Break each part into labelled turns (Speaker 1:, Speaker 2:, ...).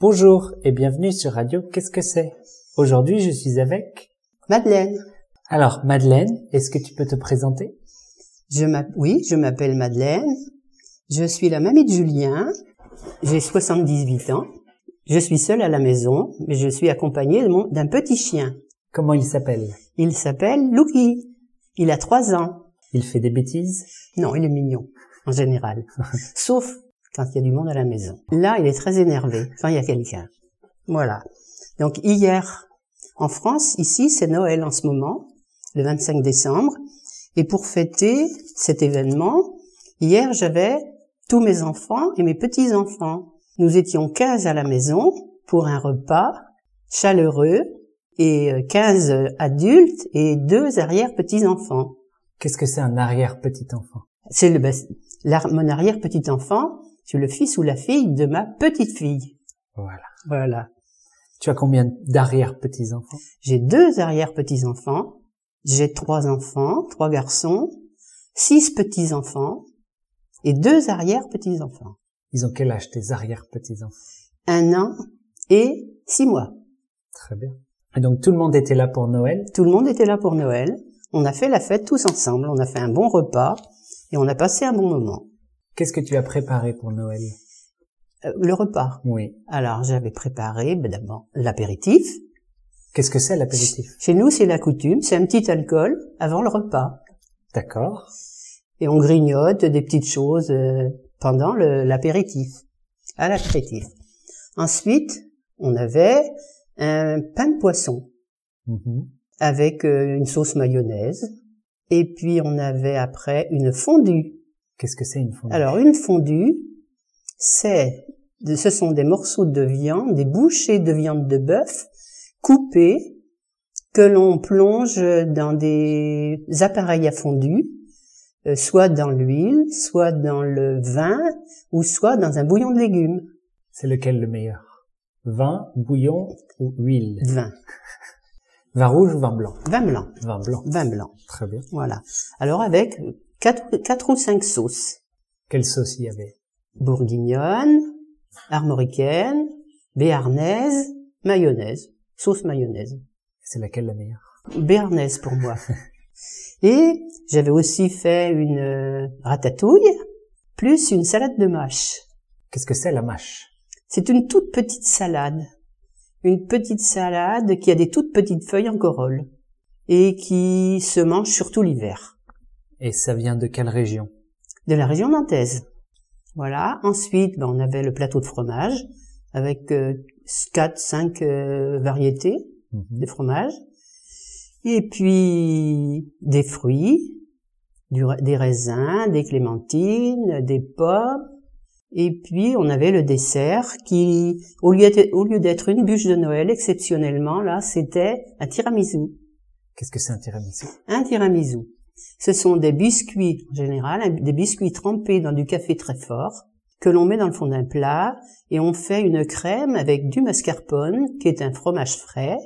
Speaker 1: Bonjour et bienvenue sur Radio Qu'est-ce que c'est Aujourd'hui, je suis avec...
Speaker 2: Madeleine.
Speaker 1: Alors, Madeleine, est-ce que tu peux te présenter
Speaker 2: Je m'app- oui, je m'appelle Madeleine. Je suis la mamie de Julien. J'ai 78 ans. Je suis seule à la maison, mais je suis accompagnée de mon- d'un petit chien.
Speaker 1: Comment il s'appelle
Speaker 2: Il s'appelle Louki. Il a trois ans.
Speaker 1: Il fait des bêtises
Speaker 2: Non, il est mignon, en général. Sauf quand il y a du monde à la maison. Là, il est très énervé quand il y a quelqu'un. Voilà. Donc hier, en France, ici, c'est Noël en ce moment, le 25 décembre. Et pour fêter cet événement, hier, j'avais tous mes enfants et mes petits-enfants. Nous étions 15 à la maison pour un repas chaleureux et euh, 15 adultes et deux arrière-petits-enfants.
Speaker 1: Qu'est-ce que c'est un arrière-petit-enfant
Speaker 2: C'est le, ben, l'ar- mon arrière petit enfant, c'est le fils ou la fille de ma petite fille.
Speaker 1: Voilà.
Speaker 2: Voilà.
Speaker 1: Tu as combien d'arrière-petits-enfants
Speaker 2: J'ai deux arrière petits enfants. J'ai trois enfants, trois garçons, six petits enfants et deux arrière petits enfants.
Speaker 1: Ils ont quel âge tes arrière-petits-enfants
Speaker 2: Un an et six mois.
Speaker 1: Très bien. Et donc, tout le monde était là pour Noël
Speaker 2: Tout le monde était là pour Noël. On a fait la fête tous ensemble. On a fait un bon repas et on a passé un bon moment.
Speaker 1: Qu'est-ce que tu as préparé pour Noël
Speaker 2: Euh, le repas.
Speaker 1: Oui.
Speaker 2: Alors j'avais préparé ben, d'abord l'apéritif.
Speaker 1: Qu'est-ce que c'est l'apéritif
Speaker 2: Chez nous, c'est la coutume, c'est un petit alcool avant le repas.
Speaker 1: D'accord.
Speaker 2: Et on grignote des petites choses euh, pendant le- l'apéritif, à l'apéritif. Ensuite, on avait un pain de poisson
Speaker 1: Mhm.
Speaker 2: avec euh, une sauce mayonnaise. Et puis, on avait après une fondue.
Speaker 1: Qu'est-ce que c'est une fondue
Speaker 2: Alors, une fondue, c'est, ce sont des morceaux de viande, des bouchées de viande de bœuf coupées que l'on plonge dans des appareils à fondue, euh, soit dans l'huile, soit dans le vin, ou soit dans un bouillon de légumes.
Speaker 1: C'est lequel le meilleur Vin, bouillon ou huile
Speaker 2: Vin.
Speaker 1: Vin rouge ou vin blanc
Speaker 2: Vin blanc.
Speaker 1: Vin blanc.
Speaker 2: Vin blanc.
Speaker 1: Très bien.
Speaker 2: Voilà. Alors, avec quatre, quatre ou cinq sauces.
Speaker 1: Quelle sauce il y avait
Speaker 2: bourguignonne, armoricaine, béarnaise, mayonnaise, sauce mayonnaise.
Speaker 1: C'est laquelle la meilleure
Speaker 2: Béarnaise pour moi. Et j'avais aussi fait une euh, ratatouille, plus une salade de mâche.
Speaker 1: Qu'est-ce que c'est la mâche
Speaker 2: C'est une toute petite salade. Une petite salade qui a des toutes petites feuilles en corolle et qui se mange surtout l'hiver.
Speaker 1: Et ça vient de quelle région
Speaker 2: de la région nantaise. Voilà. Ensuite, ben, on avait le plateau de fromage avec euh, 4-5 variétés de fromages. Et puis des fruits, du ra- des raisins, des clémentines, des pommes. Et puis on avait le dessert qui, au lieu d'être- au lieu d'être une bûche de Noël, exceptionnellement, là, c'était un tiramisu
Speaker 1: Qu'est-ce que c'est un tiramisu
Speaker 2: un tiramisu. Ce sont des biscuits en général, un- des biscuits trempés dans du café très fort que l'on met dans le fond d'un plat et on fait une crème avec du mascarpone qui est un fromage frais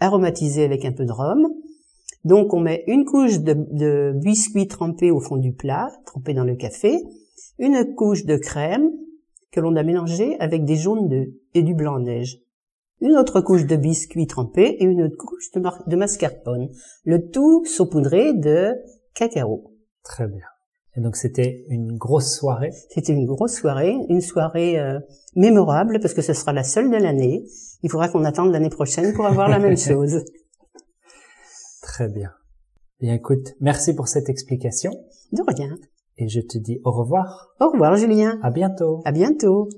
Speaker 2: aromatisé avec un peu de rhum. Donc on met une couche de, de biscuits trempés au fond du plat, trempés dans le café, une couche de crème que l'on a mélangée avec des jaunes d'œufs et du blanc neige, une autre couche de biscuits trempés et une autre couche de mar- de mascarpone le tout saupoudré de cacao.
Speaker 1: Très bien. Et donc c'était une grosse soirée.
Speaker 2: C'était une grosse soirée, une soirée euh, mémorable parce que ce sera la seule de l'année. Il faudra qu'on attende l'année prochaine pour avoir la même chose.
Speaker 1: Très bien. Bien écoute, merci pour cette explication
Speaker 2: De rien.
Speaker 1: et je te dis au revoir.
Speaker 2: Au revoir Julien.
Speaker 1: À bientôt.
Speaker 2: À bientôt.